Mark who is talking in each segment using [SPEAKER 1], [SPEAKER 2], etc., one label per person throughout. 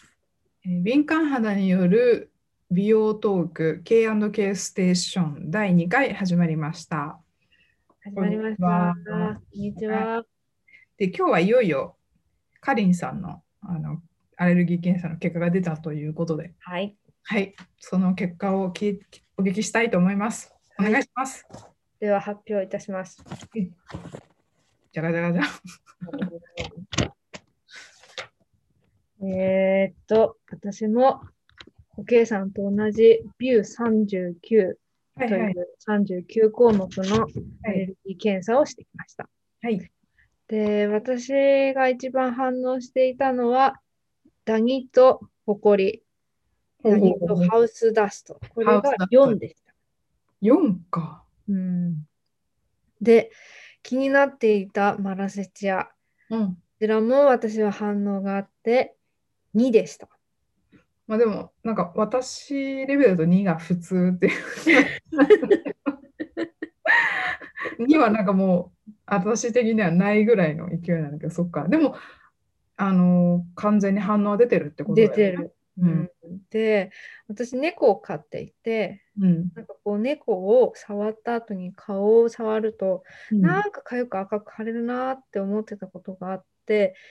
[SPEAKER 1] えー敏感肌による美容トーク K&K ステーション第2回始まりました。
[SPEAKER 2] 始まりました。こんにちは。
[SPEAKER 1] で今日はいよいよかりんさんのあのアレルギー検査の結果が出たということで、
[SPEAKER 2] はい。
[SPEAKER 1] はい、その結果を聞いお聞きしたいと思います。お願いします。
[SPEAKER 2] では発表いたします。
[SPEAKER 1] じゃがじゃがじゃ。
[SPEAKER 2] えーっと、私も、おけいさんと同じビュー39
[SPEAKER 1] は
[SPEAKER 2] と
[SPEAKER 1] いはいい。
[SPEAKER 2] う39項目のア
[SPEAKER 1] は
[SPEAKER 2] レ
[SPEAKER 1] い。
[SPEAKER 2] ルギー検査をしてきました。
[SPEAKER 1] はい、
[SPEAKER 2] で、私が一番反応していたのは、ダニとホコリ、
[SPEAKER 1] ほ
[SPEAKER 2] ダ
[SPEAKER 1] うほう
[SPEAKER 2] ニ
[SPEAKER 1] ほ
[SPEAKER 2] と
[SPEAKER 1] う
[SPEAKER 2] ハウスダスト。これ
[SPEAKER 1] ハウス
[SPEAKER 2] が
[SPEAKER 1] ダスト
[SPEAKER 2] 4でした。
[SPEAKER 1] 4か。
[SPEAKER 2] うんで、気になっていたマラセチア。こ
[SPEAKER 1] うん。
[SPEAKER 2] ちらも私は反応があって2でした。
[SPEAKER 1] まあでも、なんか私レベルだと2が普通っていう。2はなんかもう、私的にはないぐらいの勢いなんだけど、そっか。でも、あのー完全に反応は出てるってことだ
[SPEAKER 2] 出
[SPEAKER 1] よね。
[SPEAKER 2] てる。
[SPEAKER 1] う
[SPEAKER 2] うんん、で、私猫を飼っていて、
[SPEAKER 1] うん。
[SPEAKER 2] なんかこう猫を触った後に顔を触ると、
[SPEAKER 1] うん。
[SPEAKER 2] なんか痒く赤く腫れるなって思ってたことがあっ
[SPEAKER 1] う
[SPEAKER 2] て、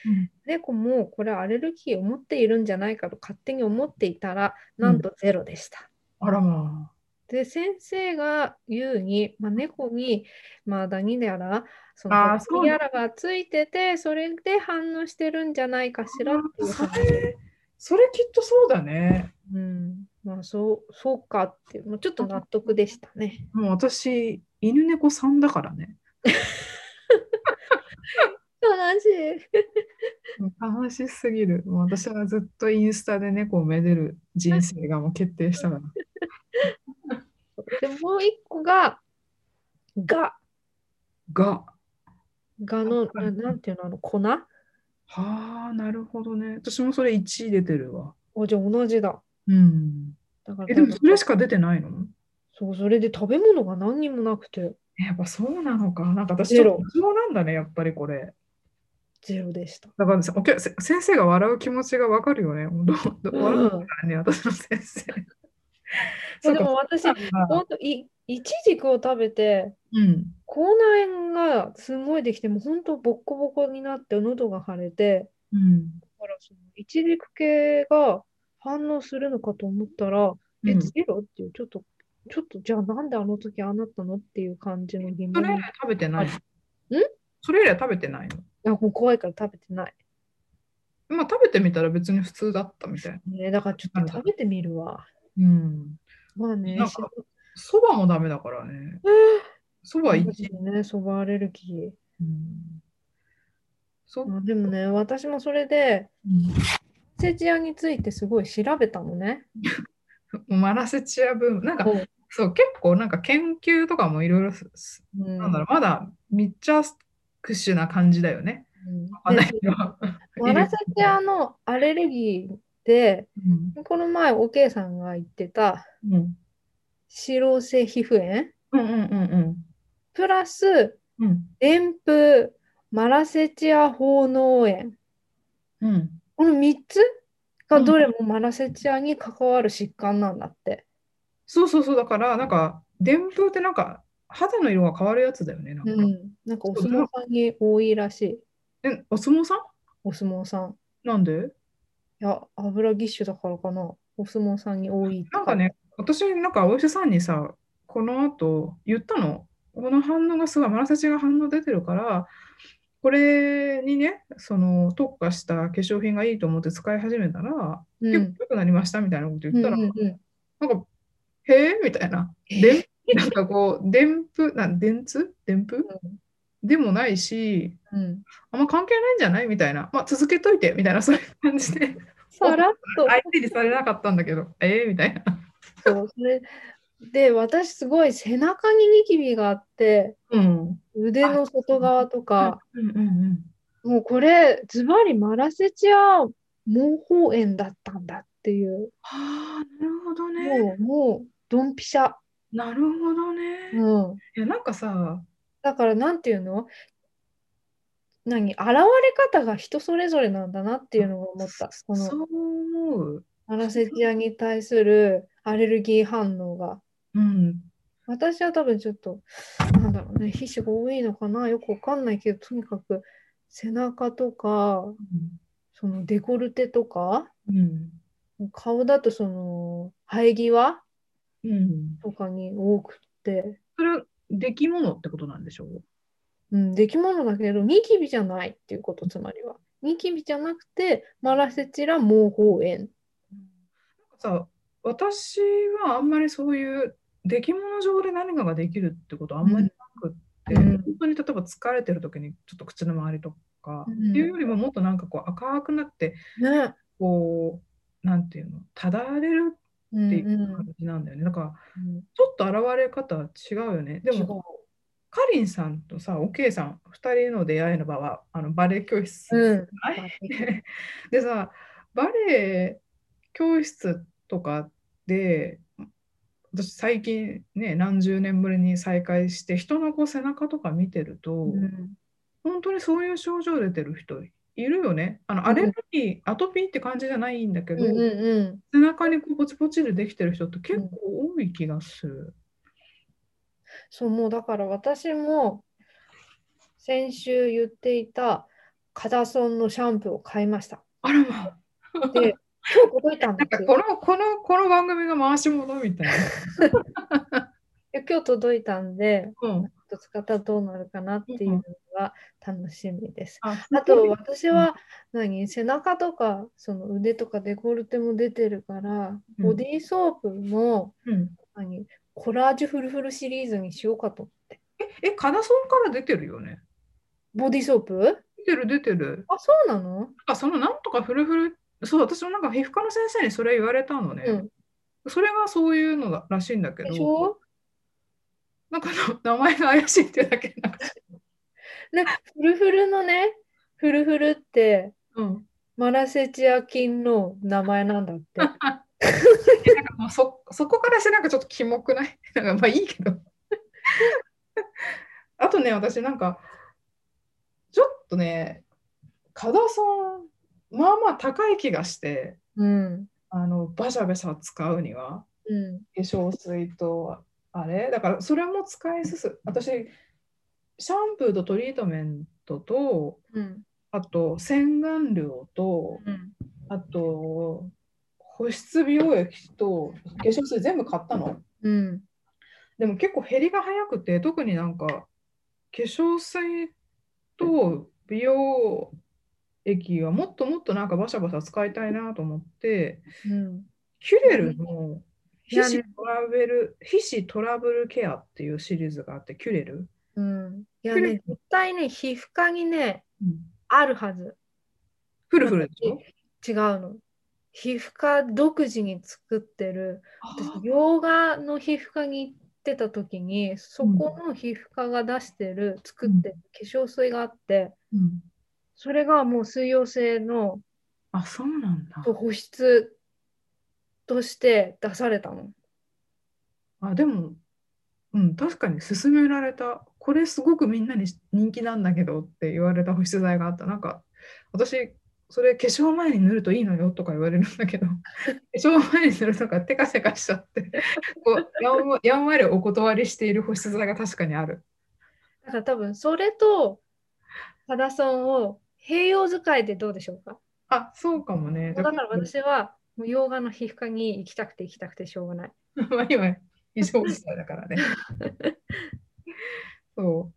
[SPEAKER 1] ん
[SPEAKER 2] 猫もこれアレルギーを持っているんじゃないかと勝手に思っていたら、なんとゼロでした。
[SPEAKER 1] あらま
[SPEAKER 2] で、先生が言うに、まあ、猫に、まあ、ダニやら、その
[SPEAKER 1] あー
[SPEAKER 2] トコ
[SPEAKER 1] そう
[SPEAKER 2] リやらがついてて、それで反応してるんじゃないかしらって
[SPEAKER 1] あ。
[SPEAKER 2] いう
[SPEAKER 1] そ
[SPEAKER 2] 話。
[SPEAKER 1] れ、それきっとそうだね。
[SPEAKER 2] うん、まあ、そう、そうかって、もうちょっと納得でしたね。
[SPEAKER 1] もう私、犬猫さんだからね。
[SPEAKER 2] 悲しい。
[SPEAKER 1] 悲しすぎる。もう私はずっとインスタで猫をめでる人生がもう決定したから。
[SPEAKER 2] で、もう一個が、が、
[SPEAKER 1] が、
[SPEAKER 2] がの、ななんていうの、あの、粉
[SPEAKER 1] はあ、なるほどね。私もそれ1位出てるわ。
[SPEAKER 2] お、じゃあ同じだ。
[SPEAKER 1] うん。
[SPEAKER 2] だから
[SPEAKER 1] え、でもそれしか出てないの
[SPEAKER 2] そう、それで食べ物が何にもなくて、
[SPEAKER 1] えやっぱそうなのか。なんか私
[SPEAKER 2] ゼ
[SPEAKER 1] ちょ
[SPEAKER 2] ロ
[SPEAKER 1] っと異常なんだね、やっぱりこれ。
[SPEAKER 2] ゼロでした。
[SPEAKER 1] だからさお客せ先生が笑う気持ちがわかるよね。どど
[SPEAKER 2] うん
[SPEAKER 1] 笑うからね、私の先 生。
[SPEAKER 2] で
[SPEAKER 1] そうか
[SPEAKER 2] も私、
[SPEAKER 1] そう
[SPEAKER 2] ほ
[SPEAKER 1] か
[SPEAKER 2] んとい、いちじくを食べて、
[SPEAKER 1] うん。
[SPEAKER 2] 口内炎がすごいできて、もう本当ボッコボコになって、喉が腫れて、
[SPEAKER 1] うん。
[SPEAKER 2] だからそのいちじく系が反応するのかと思ったら、
[SPEAKER 1] う
[SPEAKER 2] え、
[SPEAKER 1] ん、
[SPEAKER 2] ゼロっていう、ちょっと、ちょっと、じゃあなんであの時ああなったのっていう感じの疑
[SPEAKER 1] それ以
[SPEAKER 2] 問。
[SPEAKER 1] 来食べてないの。
[SPEAKER 2] ん
[SPEAKER 1] それ以来食べてないの。
[SPEAKER 2] あ、もう怖いから食べてない。
[SPEAKER 1] まあ食べてみたら別に普通だったみたいな。
[SPEAKER 2] ね、だからちょっと食べてみるわ。
[SPEAKER 1] うん。
[SPEAKER 2] まあね
[SPEAKER 1] なん、か
[SPEAKER 2] し
[SPEAKER 1] そばもダメだからね。そば1位。
[SPEAKER 2] ね、そばアレルギー。
[SPEAKER 1] うんそ
[SPEAKER 2] まあ、でもね、私もそれで、セチアについてすごい調べたのね。
[SPEAKER 1] マラセチアブームなんか
[SPEAKER 2] そう
[SPEAKER 1] そう結構なんか研究とかもいろいろすす
[SPEAKER 2] うん
[SPEAKER 1] なんだろうまだ密着手な感じだよね。
[SPEAKER 2] うん
[SPEAKER 1] わかんな
[SPEAKER 2] で
[SPEAKER 1] いけど
[SPEAKER 2] マラサチアのアレルギーで、
[SPEAKER 1] うん
[SPEAKER 2] この前、おけいさんが言ってた、
[SPEAKER 1] うん
[SPEAKER 2] 脂漏性皮膚炎、
[SPEAKER 1] うんうんうん
[SPEAKER 2] プラス、
[SPEAKER 1] うん
[SPEAKER 2] でんぷん、マラセチア奉納炎。
[SPEAKER 1] うん
[SPEAKER 2] この3つがどれもマラセチアに関わる疾患なんだって。
[SPEAKER 1] そうそうそうだからなんかでんぷんってなんか肌の色が変わるやつだよねなんか、
[SPEAKER 2] うん。なんかお相撲さんに多いらしい。
[SPEAKER 1] えお相撲さん
[SPEAKER 2] お相撲さん。
[SPEAKER 1] なんで
[SPEAKER 2] いや、油ぎっしゅだからかな。お相撲さんに多いって
[SPEAKER 1] なんか。ね、私、なんかお医者さんにさ、この後言ったの、この反応がすごい、マラサチが反応出てるから、これにね、その特化した化粧品がいいと思って使い始めたら、
[SPEAKER 2] うん。
[SPEAKER 1] 結構良くなりましたみたいなこと言ったら、
[SPEAKER 2] うんうんうん
[SPEAKER 1] なんか、へえみたいな。でん なんかこう、でんぷ、なん電通でんぷでもないし、
[SPEAKER 2] うん。
[SPEAKER 1] あんま関係ないんじゃないみたいな。まあ、続けといてみたいな、そういう感じで、
[SPEAKER 2] さらっと。
[SPEAKER 1] 相手にされなかったんだけど、 ええみたいな。
[SPEAKER 2] そう、それで私すごい背中にニキビがあって
[SPEAKER 1] うん。
[SPEAKER 2] 腕の外側とか
[SPEAKER 1] うんうんうん。
[SPEAKER 2] もうこれズバリマラセチア毛包炎だったんだっていう
[SPEAKER 1] はあ、なるほどね。
[SPEAKER 2] もうもうドンピシャ、
[SPEAKER 1] なるほどね。い
[SPEAKER 2] うん、
[SPEAKER 1] や、なんかさ、
[SPEAKER 2] だからなんていうの何現れ方が人それぞれなんだなっていうのを思ったこの
[SPEAKER 1] そう思う。
[SPEAKER 2] マラセチアに対するアレルギー反応が。
[SPEAKER 1] うん。
[SPEAKER 2] 私は多分ちょっと、なんだろうね、皮脂が多いのかな、よくわかんないけど、とにかく背中とか、そのデコルテとか、
[SPEAKER 1] うん。
[SPEAKER 2] 顔だとその生え際
[SPEAKER 1] うん。
[SPEAKER 2] とかに多くって、
[SPEAKER 1] それは出来物ってことなんでしょう
[SPEAKER 2] うん、出来物だけど、ニキビじゃないっていうこと、つまりは。ニキビじゃなくて、マラセチラ毛包炎。
[SPEAKER 1] さ私はあんまりそういう出来物上で何かができるってことはあんまりなくって、
[SPEAKER 2] うん
[SPEAKER 1] 本当に例えば疲れてる時にちょっと口の周りとか、
[SPEAKER 2] うん
[SPEAKER 1] っていうよりももっとなんかこう赤くなって
[SPEAKER 2] ね。
[SPEAKER 1] こうなんていうのただれる
[SPEAKER 2] うん
[SPEAKER 1] っていう
[SPEAKER 2] う
[SPEAKER 1] 感じなんだよね、だから
[SPEAKER 2] ん
[SPEAKER 1] ちょっと現れ方は違うよねでもかりんさんとさおけいさん2人の出会いの場はあのバレエ教室、
[SPEAKER 2] うん。
[SPEAKER 1] でさバレエ教室とかで私最近ね何十年ぶりに再会して人のこう背中とか見てると、
[SPEAKER 2] うん
[SPEAKER 1] 本当にそういう症状出てる人いるよねあ
[SPEAKER 2] ん
[SPEAKER 1] のアレルギー、アトピーって感じじゃないんだけ
[SPEAKER 2] うん
[SPEAKER 1] ど、
[SPEAKER 2] うん。
[SPEAKER 1] 背中にこうポチポチでできてる人って結構多い気がする。
[SPEAKER 2] そう、もうだから私も先週言っていたカダソンのシャンプーを買いました。
[SPEAKER 1] あらまあ
[SPEAKER 2] で、今日届いたん
[SPEAKER 1] なん
[SPEAKER 2] で
[SPEAKER 1] か
[SPEAKER 2] す
[SPEAKER 1] こ
[SPEAKER 2] よ。
[SPEAKER 1] のこのこの番組が回し物みたいな。
[SPEAKER 2] で今日届いたんで、
[SPEAKER 1] うん、
[SPEAKER 2] ちょっと使ったらどうなるかなっていうのが楽しみです。
[SPEAKER 1] あ
[SPEAKER 2] あと私は何背中とかその腕とかデコルテも出てるから、
[SPEAKER 1] うん
[SPEAKER 2] ボディーソープも
[SPEAKER 1] うん、
[SPEAKER 2] 何コラージュフルフルシリーズにしようかと思って。
[SPEAKER 1] え、カナソンから出てるよね。
[SPEAKER 2] ボディーソープ
[SPEAKER 1] 出てる出てる。
[SPEAKER 2] あ、そうなの
[SPEAKER 1] なんかそのなんとかフルフル、そう、私もなんか皮膚科の先生にそれ言われたのね。
[SPEAKER 2] うん。
[SPEAKER 1] それがそういうのらしいんだけ
[SPEAKER 2] でし
[SPEAKER 1] ど、
[SPEAKER 2] ょ
[SPEAKER 1] なんかな名前が怪しいってだけなんか。
[SPEAKER 2] ね、フルフルのね、フルフルって
[SPEAKER 1] うん、
[SPEAKER 2] マラセチア菌の名前なんだって。
[SPEAKER 1] えなんかもうそそこからしてなんかちょっとキモくない なんかまあいいけどあとね私なんかちょっとねカダソンまあまあ高い気がして
[SPEAKER 2] うん。
[SPEAKER 1] あのバシャバシャ使うには
[SPEAKER 2] うん。
[SPEAKER 1] 化粧水とあれだからそれも使いすす私シャンプーとトリートメントと
[SPEAKER 2] うん。
[SPEAKER 1] あと洗顔料と
[SPEAKER 2] うん。
[SPEAKER 1] あと保湿美容液と化粧水全部買ったの
[SPEAKER 2] うん。
[SPEAKER 1] でも結構減りが早くて特になんか化粧水と美容液はもっともっとなんかバシャバシャ使いたいなと思って
[SPEAKER 2] うん。
[SPEAKER 1] キュレルの皮
[SPEAKER 2] いや
[SPEAKER 1] 脂トラベル、皮脂トラブルケアっていうシリーズがあって、キュレル。
[SPEAKER 2] うん。いや
[SPEAKER 1] くれ
[SPEAKER 2] ね、絶対ね、皮膚科にね、あるはず。
[SPEAKER 1] フルフルでしょ
[SPEAKER 2] 違うの。皮膚科独自に作ってる。私
[SPEAKER 1] あ、
[SPEAKER 2] 洋画の皮膚科に行ってた時に、そこの皮膚科が出してる、作ってる化粧水があって、
[SPEAKER 1] うん
[SPEAKER 2] それがもう水溶性の
[SPEAKER 1] あそうなんだ
[SPEAKER 2] と。保湿として出されたの。
[SPEAKER 1] あでも、うん、確かに勧められた。これすごくみんなに人気なんだけどって言われた保湿剤があった。なんか、私、それ化粧前に塗るといいのよとか言われるんだけど、化 粧前に塗るとかテカテカしちゃって、 こうやんわやんわりお断りしている保湿剤が確かにある。
[SPEAKER 2] だから多分それとパダソンを併用使いでどうでしょうか
[SPEAKER 1] あ、そうかもね。
[SPEAKER 2] だから私はもう洋画の皮膚科に行きたくて行きたくてしょうがない。
[SPEAKER 1] まあ今、異常事態だから ね。そ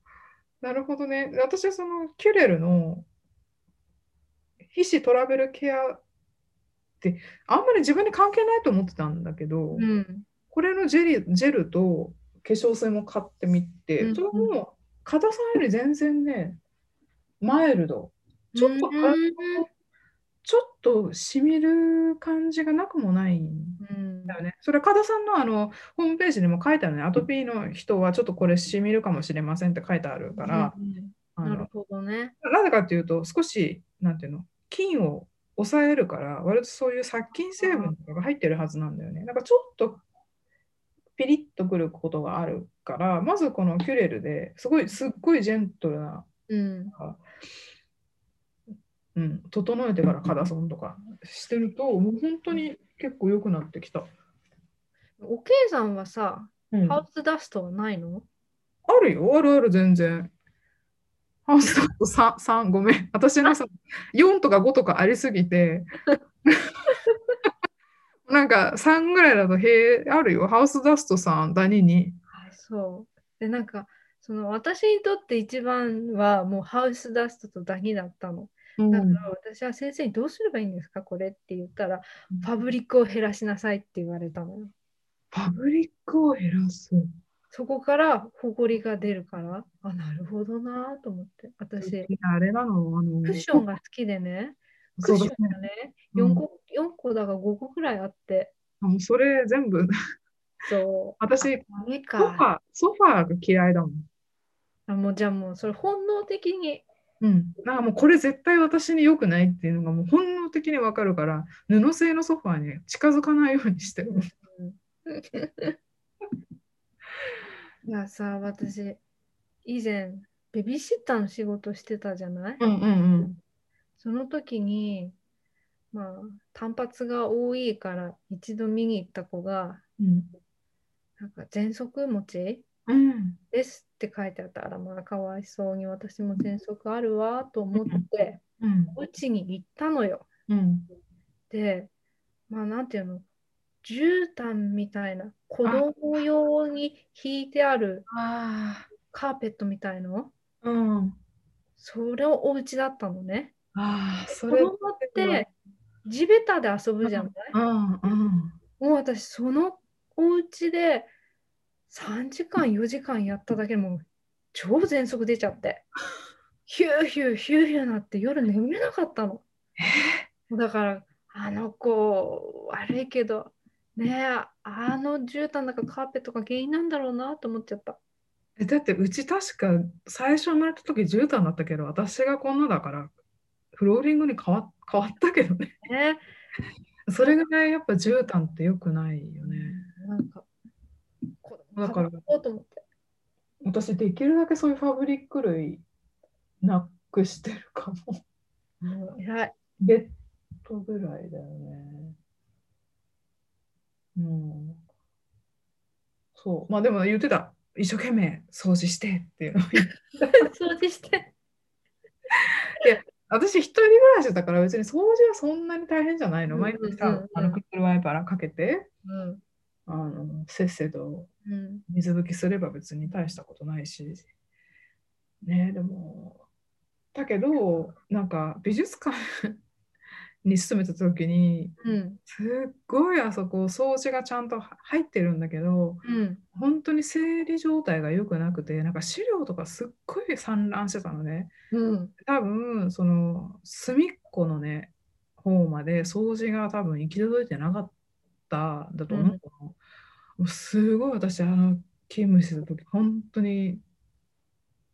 [SPEAKER 1] う。なるほどね。私はそのキュレルの皮脂トラベルケアってあんまり自分に関係ないと思ってたんだけど、
[SPEAKER 2] うん。
[SPEAKER 1] これのジェリジェルと化粧水も買ってみて、
[SPEAKER 2] うん
[SPEAKER 1] それも硬さより全然ね、マイルド。ちょっと
[SPEAKER 2] うん
[SPEAKER 1] ちょっとしみる感じがなくもない
[SPEAKER 2] うん
[SPEAKER 1] だよね。それ、加田さんのあのホームページにも書いてあるね。アトピーの人はちょっとこれしみるかもしれませんって書いてあるから、
[SPEAKER 2] うん
[SPEAKER 1] あ
[SPEAKER 2] なる
[SPEAKER 1] の
[SPEAKER 2] ほどね。
[SPEAKER 1] なぜかっていうと、少し、なんていうの、菌を抑えるから、割とそういう殺菌成分とかが入ってるはずなんだよね。なんかちょっとピリッとくることがあるから、まずこのキュレルですごい、すっごいジェントルな、
[SPEAKER 2] うん。
[SPEAKER 1] うん、整えてからカダソンとかしてると、もう本当に結構良くなってきた。
[SPEAKER 2] おけいさんはさ、
[SPEAKER 1] うん
[SPEAKER 2] ハウスダストはないの
[SPEAKER 1] あるよ、あるある、全然。ハウスダスト三三ごめん。私のさ、4とか5とかありすぎて、 なんか3ぐらいだと、へえ、あるよ、ハウスダストさん、ダニに。
[SPEAKER 2] はい、そう。で、なんか、その私にとって一番はもうハウスダストとダニだったの。
[SPEAKER 1] うん
[SPEAKER 2] だから私は先生にどうすればいいんですかこれって言ったら、パブリックを減らしなさいって言われたのよ。
[SPEAKER 1] パブリックを減らす。
[SPEAKER 2] そこからほこりが出るから、あ、なるほどなと思って。私、
[SPEAKER 1] あれなの、あの、
[SPEAKER 2] クッションが好きでね、ク
[SPEAKER 1] そ
[SPEAKER 2] ッ
[SPEAKER 1] う
[SPEAKER 2] ショ
[SPEAKER 1] だ
[SPEAKER 2] ン
[SPEAKER 1] ね
[SPEAKER 2] がね、
[SPEAKER 1] うん
[SPEAKER 2] 4個 ,4 個だが5個くらいあって、
[SPEAKER 1] もうそれ全部、
[SPEAKER 2] そう。
[SPEAKER 1] 私
[SPEAKER 2] あダメ
[SPEAKER 1] ソフ
[SPEAKER 2] か。
[SPEAKER 1] ァー、ソファーが嫌いだもん。
[SPEAKER 2] あもうじゃあもうそれ本能的に
[SPEAKER 1] うん、なんかもうこれ絶対私に良くないっていうのがもう本能的にわかるから布製のソファーに近づかないようにしてる。
[SPEAKER 2] いやさ私以前ベビーシッターの仕事してたじゃない、
[SPEAKER 1] うんうん
[SPEAKER 2] その時にまあ単発が多いから一度見に行った子が
[SPEAKER 1] うん。
[SPEAKER 2] なんか喘息持ち
[SPEAKER 1] うん。
[SPEAKER 2] ですって書いてあったらまあかわいそうに私も喘息あるわと思って
[SPEAKER 1] うん。
[SPEAKER 2] お家に行ったのよ
[SPEAKER 1] うん。
[SPEAKER 2] でまあなんていうの絨毯みたいな子供用に引いてある
[SPEAKER 1] あ
[SPEAKER 2] カーペットみたいの
[SPEAKER 1] あ。うん。
[SPEAKER 2] それをお家だったのね。
[SPEAKER 1] ああ、そ
[SPEAKER 2] 子
[SPEAKER 1] れ。
[SPEAKER 2] 供って地べたで遊ぶじゃない、
[SPEAKER 1] うんうん。
[SPEAKER 2] もう私そのお家で3時間4時間やっただけでもう超喘息出ちゃってヒューヒューヒューヒューなって夜眠れなかったの。だからあの子悪いけどねえあの絨毯だかカーペットが原因なんだろうなと思っちゃった。
[SPEAKER 1] えだってうち確か最初生まれた時絨毯だったけど私がこんなだからフローリングに変わ変わったけどね。
[SPEAKER 2] ね
[SPEAKER 1] それぐらいやっぱ絨毯って良くないよね。
[SPEAKER 2] なんか子供
[SPEAKER 1] だから
[SPEAKER 2] かわいそうと思って。
[SPEAKER 1] 私できるだけそういうファブリック類なくしてるかも。
[SPEAKER 2] もう偉い。
[SPEAKER 1] ベッドぐらいだよね。うん。そう。まあでも言ってた。一生懸命掃除してっていうのを 言って。
[SPEAKER 2] 掃除して。
[SPEAKER 1] 私一人暮らしだから別に掃除はそんなに大変じゃないの。
[SPEAKER 2] うんうん
[SPEAKER 1] 毎
[SPEAKER 2] うん
[SPEAKER 1] 日さ、あのクックルワイパーかけて、
[SPEAKER 2] うん。
[SPEAKER 1] あのせっせと
[SPEAKER 2] うん。
[SPEAKER 1] 水拭きすれば別に大したことないし。ねでも、だけど、なんか美術館に勤めてた時に、
[SPEAKER 2] うん。
[SPEAKER 1] すっごいあそこ掃除がちゃんと入ってるんだけど、
[SPEAKER 2] うん。
[SPEAKER 1] 本当に整理状態が良くなくて、なんか資料とかすっごい散乱してたのね。
[SPEAKER 2] うん。
[SPEAKER 1] 多分、その隅っこのね、方まで掃除が多分行き届いてなかったんだと思うの。もうすごい私、あの、勤務してた時、本当に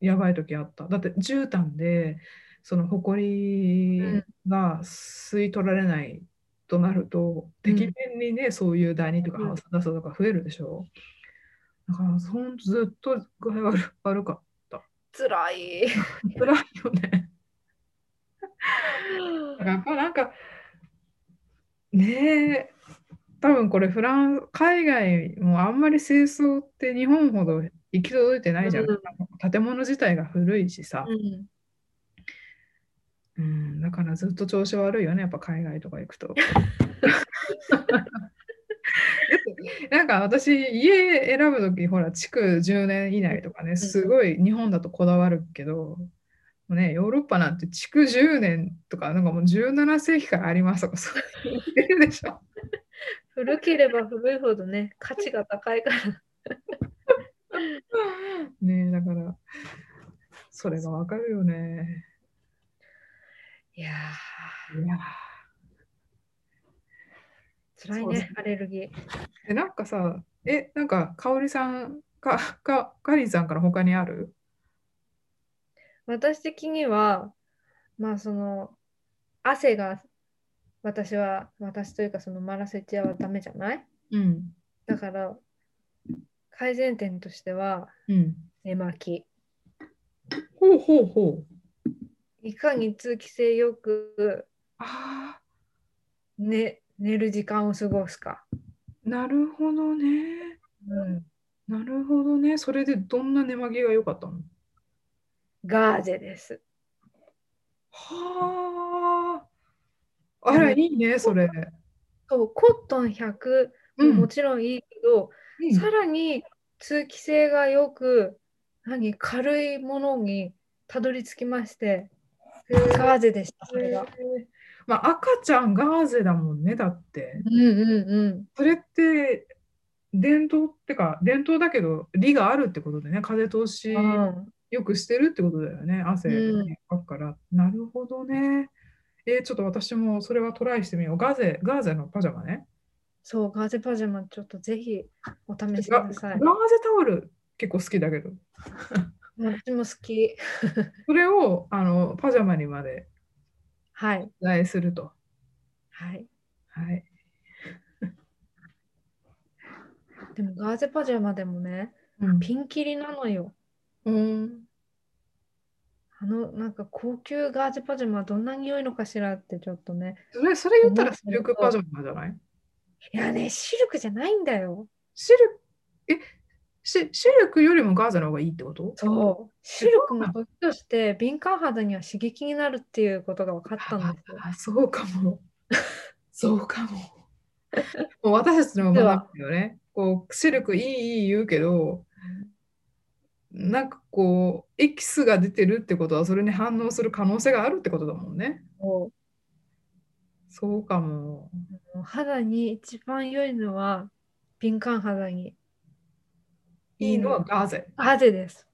[SPEAKER 1] やばい時あった。だって、絨毯で、その埃
[SPEAKER 2] うん
[SPEAKER 1] が吸い取られないとなると、
[SPEAKER 2] うん
[SPEAKER 1] 適面にね、そういうダニとか
[SPEAKER 2] うん
[SPEAKER 1] ハウスダストとか増えるでしょ。だから、ほんとずっと具合悪悪かっ
[SPEAKER 2] つらい。
[SPEAKER 1] た。辛いよね。だからやっぱなんか、ねえ、多分これフラン、海外もあんまり清掃って日本ほど行き届いてないじゃん。
[SPEAKER 2] うん
[SPEAKER 1] 建物自体が古いしさ。
[SPEAKER 2] うん。
[SPEAKER 1] うん、だからずっと調子悪いよね、やっぱ海外とか行くと。 なんか私、家選ぶとき、ほら、築10年以内とかね、すごい日本だとこだわるけど、もうね、ヨーロッパなんて築10年とか、なんかもう17世紀からありますとか、そう言ってるでしょ。
[SPEAKER 2] 古ければ古いほどね、価値が高いから。
[SPEAKER 1] ねだから、それがわかるよね。
[SPEAKER 2] いやー、
[SPEAKER 1] いや
[SPEAKER 2] つらい
[SPEAKER 1] そうで
[SPEAKER 2] ね、アレルギー。
[SPEAKER 1] え、なんかさ、え、なんか、かおりさん、か、 か、かりんさんから他にある
[SPEAKER 2] 私的には、まあその、汗が、私は、私というかそのマラセチアはダメじゃない
[SPEAKER 1] うん。
[SPEAKER 2] だから、改善点としては、
[SPEAKER 1] うん。
[SPEAKER 2] 寝巻き。
[SPEAKER 1] ほうほうほう。
[SPEAKER 2] いかに通気性よく
[SPEAKER 1] ああ、
[SPEAKER 2] ね、寝る時間を過ごすか。
[SPEAKER 1] なるほどね。
[SPEAKER 2] うん、
[SPEAKER 1] なるほどね。それでどんな寝間着が良かったの
[SPEAKER 2] ガーゼです。
[SPEAKER 1] はあ。あら、いいね、それ。
[SPEAKER 2] そうコットン100
[SPEAKER 1] う
[SPEAKER 2] も
[SPEAKER 1] ん。
[SPEAKER 2] もちろんいいけど、
[SPEAKER 1] うん
[SPEAKER 2] さらに通気性がよく何軽いものにたどり着きましてガーゼでしたそれが。
[SPEAKER 1] まあ、赤ちゃんガーゼだもんね、だって。
[SPEAKER 2] うんうんうん
[SPEAKER 1] それって、伝統ってか、伝統だけど、理があるってことでね、風通し
[SPEAKER 2] うん
[SPEAKER 1] よくしてるってことだよね、汗
[SPEAKER 2] うん
[SPEAKER 1] かくから。なるほどね。えーちょっと私もそれはトライしてみよう。ガーゼ、ガーゼのパジャマね。
[SPEAKER 2] そうガーゼパジャマちょっとぜひお試しく
[SPEAKER 1] ガガ
[SPEAKER 2] だ
[SPEAKER 1] ーゼ
[SPEAKER 2] さい。
[SPEAKER 1] タオル結構好きだけど、
[SPEAKER 2] 私も好き。
[SPEAKER 1] それをあのパジャマにまで
[SPEAKER 2] はい
[SPEAKER 1] 代えすると。
[SPEAKER 2] はい。
[SPEAKER 1] はい。
[SPEAKER 2] でもガーゼパジャマでもね
[SPEAKER 1] うん
[SPEAKER 2] ピンキリなのよ。
[SPEAKER 1] うん
[SPEAKER 2] あのなんか高級ガーゼパジャマはどんなに良いのかしらってちょっとね。
[SPEAKER 1] それそれ言ったらシルクパジャマじゃない
[SPEAKER 2] いやねシルクじゃないんだよ。
[SPEAKER 1] シルク、え、シシルクよりもガーゼの方がいいってこと
[SPEAKER 2] そう。シルクも時として敏感肌には刺激になるっていうことが分かったんですよ。
[SPEAKER 1] あそうか も。そうかも。もう私たちの
[SPEAKER 2] で
[SPEAKER 1] 学
[SPEAKER 2] は
[SPEAKER 1] びよね。こう、シルクいいいい言うけど、なんかこう、エキスが出てるってことは、それに反応する可能性があるってことだもんね。
[SPEAKER 2] も
[SPEAKER 1] そうかも。
[SPEAKER 2] う肌に一番良いのは敏感肌に。
[SPEAKER 1] いいのはガーゼ。
[SPEAKER 2] ガーゼです。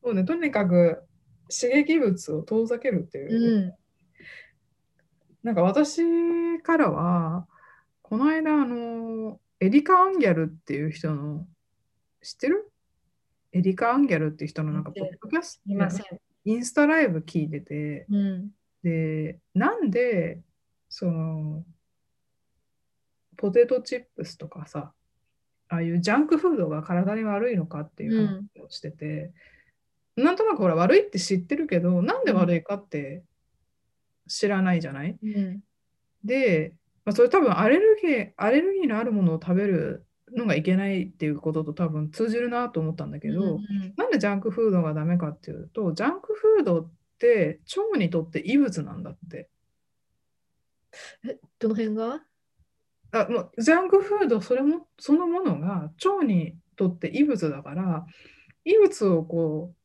[SPEAKER 1] もうね、とにかく刺激物を遠ざけるっていう。
[SPEAKER 2] うん。
[SPEAKER 1] なんか私からは、この間、あの、エリカ・アンギャルっていう人の、知ってるエリカ・アンギャルっていう人のなんか、
[SPEAKER 2] 知
[SPEAKER 1] ポ
[SPEAKER 2] っ
[SPEAKER 1] ッ
[SPEAKER 2] てる
[SPEAKER 1] ドキャス
[SPEAKER 2] いません
[SPEAKER 1] ト、。インスタライブ聞いてて、
[SPEAKER 2] うん。
[SPEAKER 1] で、なんで、その、ポテトチップスとかさ、ああいうジャンクフードが体に悪いのかっていう話をしてて、なんとなくほら、悪いって知ってるけど、なんで悪いかって知らないじゃない
[SPEAKER 2] うん。
[SPEAKER 1] で、まあ、それ多分アレルギー、アレルギーのあるものを食べるのがいけないっていうことと多分通じるなと思ったんだけど、
[SPEAKER 2] うん
[SPEAKER 1] なんでジャンクフードがダメかっていうと、ジャンクフードって腸にとって異物なんだって。
[SPEAKER 2] どの辺が
[SPEAKER 1] あ、もうジャンクフードそれも、そのものが腸にとって異物だから、異物をこう、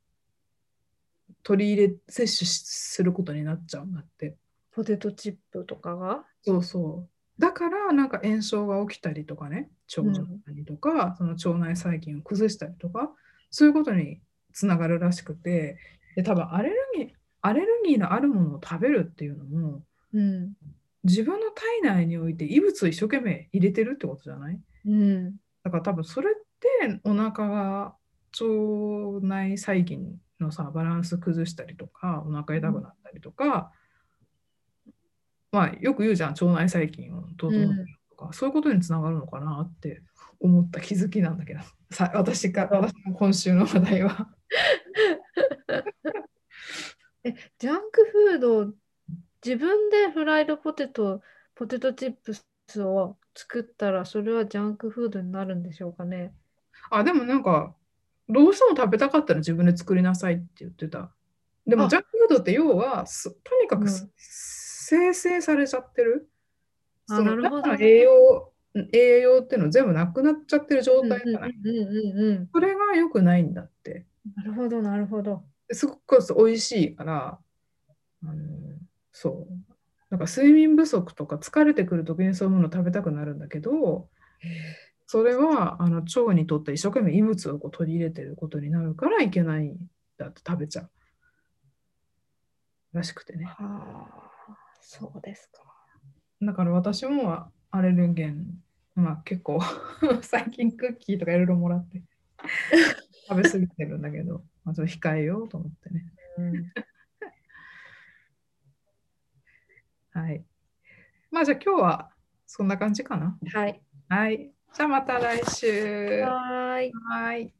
[SPEAKER 1] 取り入れ、摂取しすることになっちゃうんだって。
[SPEAKER 2] ポテトチップとかが
[SPEAKER 1] そうそう。だからなんか炎症が起きたりとかね、腸の中にとか、その腸内細菌を崩したりとか、そういうことにつながるらしくて、で多分アレルギー、アレルギーのあるものを食べるっていうのも、
[SPEAKER 2] うん。
[SPEAKER 1] 自分の体内において異物を一生懸命入れてるってことじゃない
[SPEAKER 2] うん。
[SPEAKER 1] だから多分それってお腹が腸内細菌のさバランス崩したりとかお腹痛くなったりとか、まあよく言うじゃん腸内細菌を整えるとか、そういうことにつながるのかなって思った気づきなんだけどさ私か私の今週の話題は。
[SPEAKER 2] ジャンクフード、自分でフライドポテト、ポテトチップスを作ったら、それはジャンクフードになるんでしょうかね。
[SPEAKER 1] あでもなんかどうしても食べたかったら自分で作りなさいって言ってた。でも
[SPEAKER 2] あ
[SPEAKER 1] ジャンクフードって要はすとにか
[SPEAKER 2] う
[SPEAKER 1] く
[SPEAKER 2] ん
[SPEAKER 1] す生成されちゃってる。
[SPEAKER 2] あ
[SPEAKER 1] その
[SPEAKER 2] なるほどね
[SPEAKER 1] 中の栄養栄養っていうの全部なくなっちゃってる状
[SPEAKER 2] うんうん
[SPEAKER 1] 態じゃない。
[SPEAKER 2] うんうんう
[SPEAKER 1] それが良くないんだって。
[SPEAKER 2] ん。なるほど、なるほど。
[SPEAKER 1] すごく美味しいから、あのそう。なんか睡眠不足とか疲れてくるときにそういうもの食べたくなるんだけど、それはあの腸にとって一生懸命異物をこう取り入れてることになるからいけないんだって食べちゃう。らしくてね。
[SPEAKER 2] はあ、そうですか。
[SPEAKER 1] だから私もアレルゲン、まあ結構 最近クッキーとかいろいろもらって食べ過ぎてるんだけど、まあ、ちょっと控えようと思ってね。はい。まあじゃあ今日はそんな感じかな。
[SPEAKER 2] はい。
[SPEAKER 1] はい。じゃあまた来週。
[SPEAKER 2] はーい。
[SPEAKER 1] はい。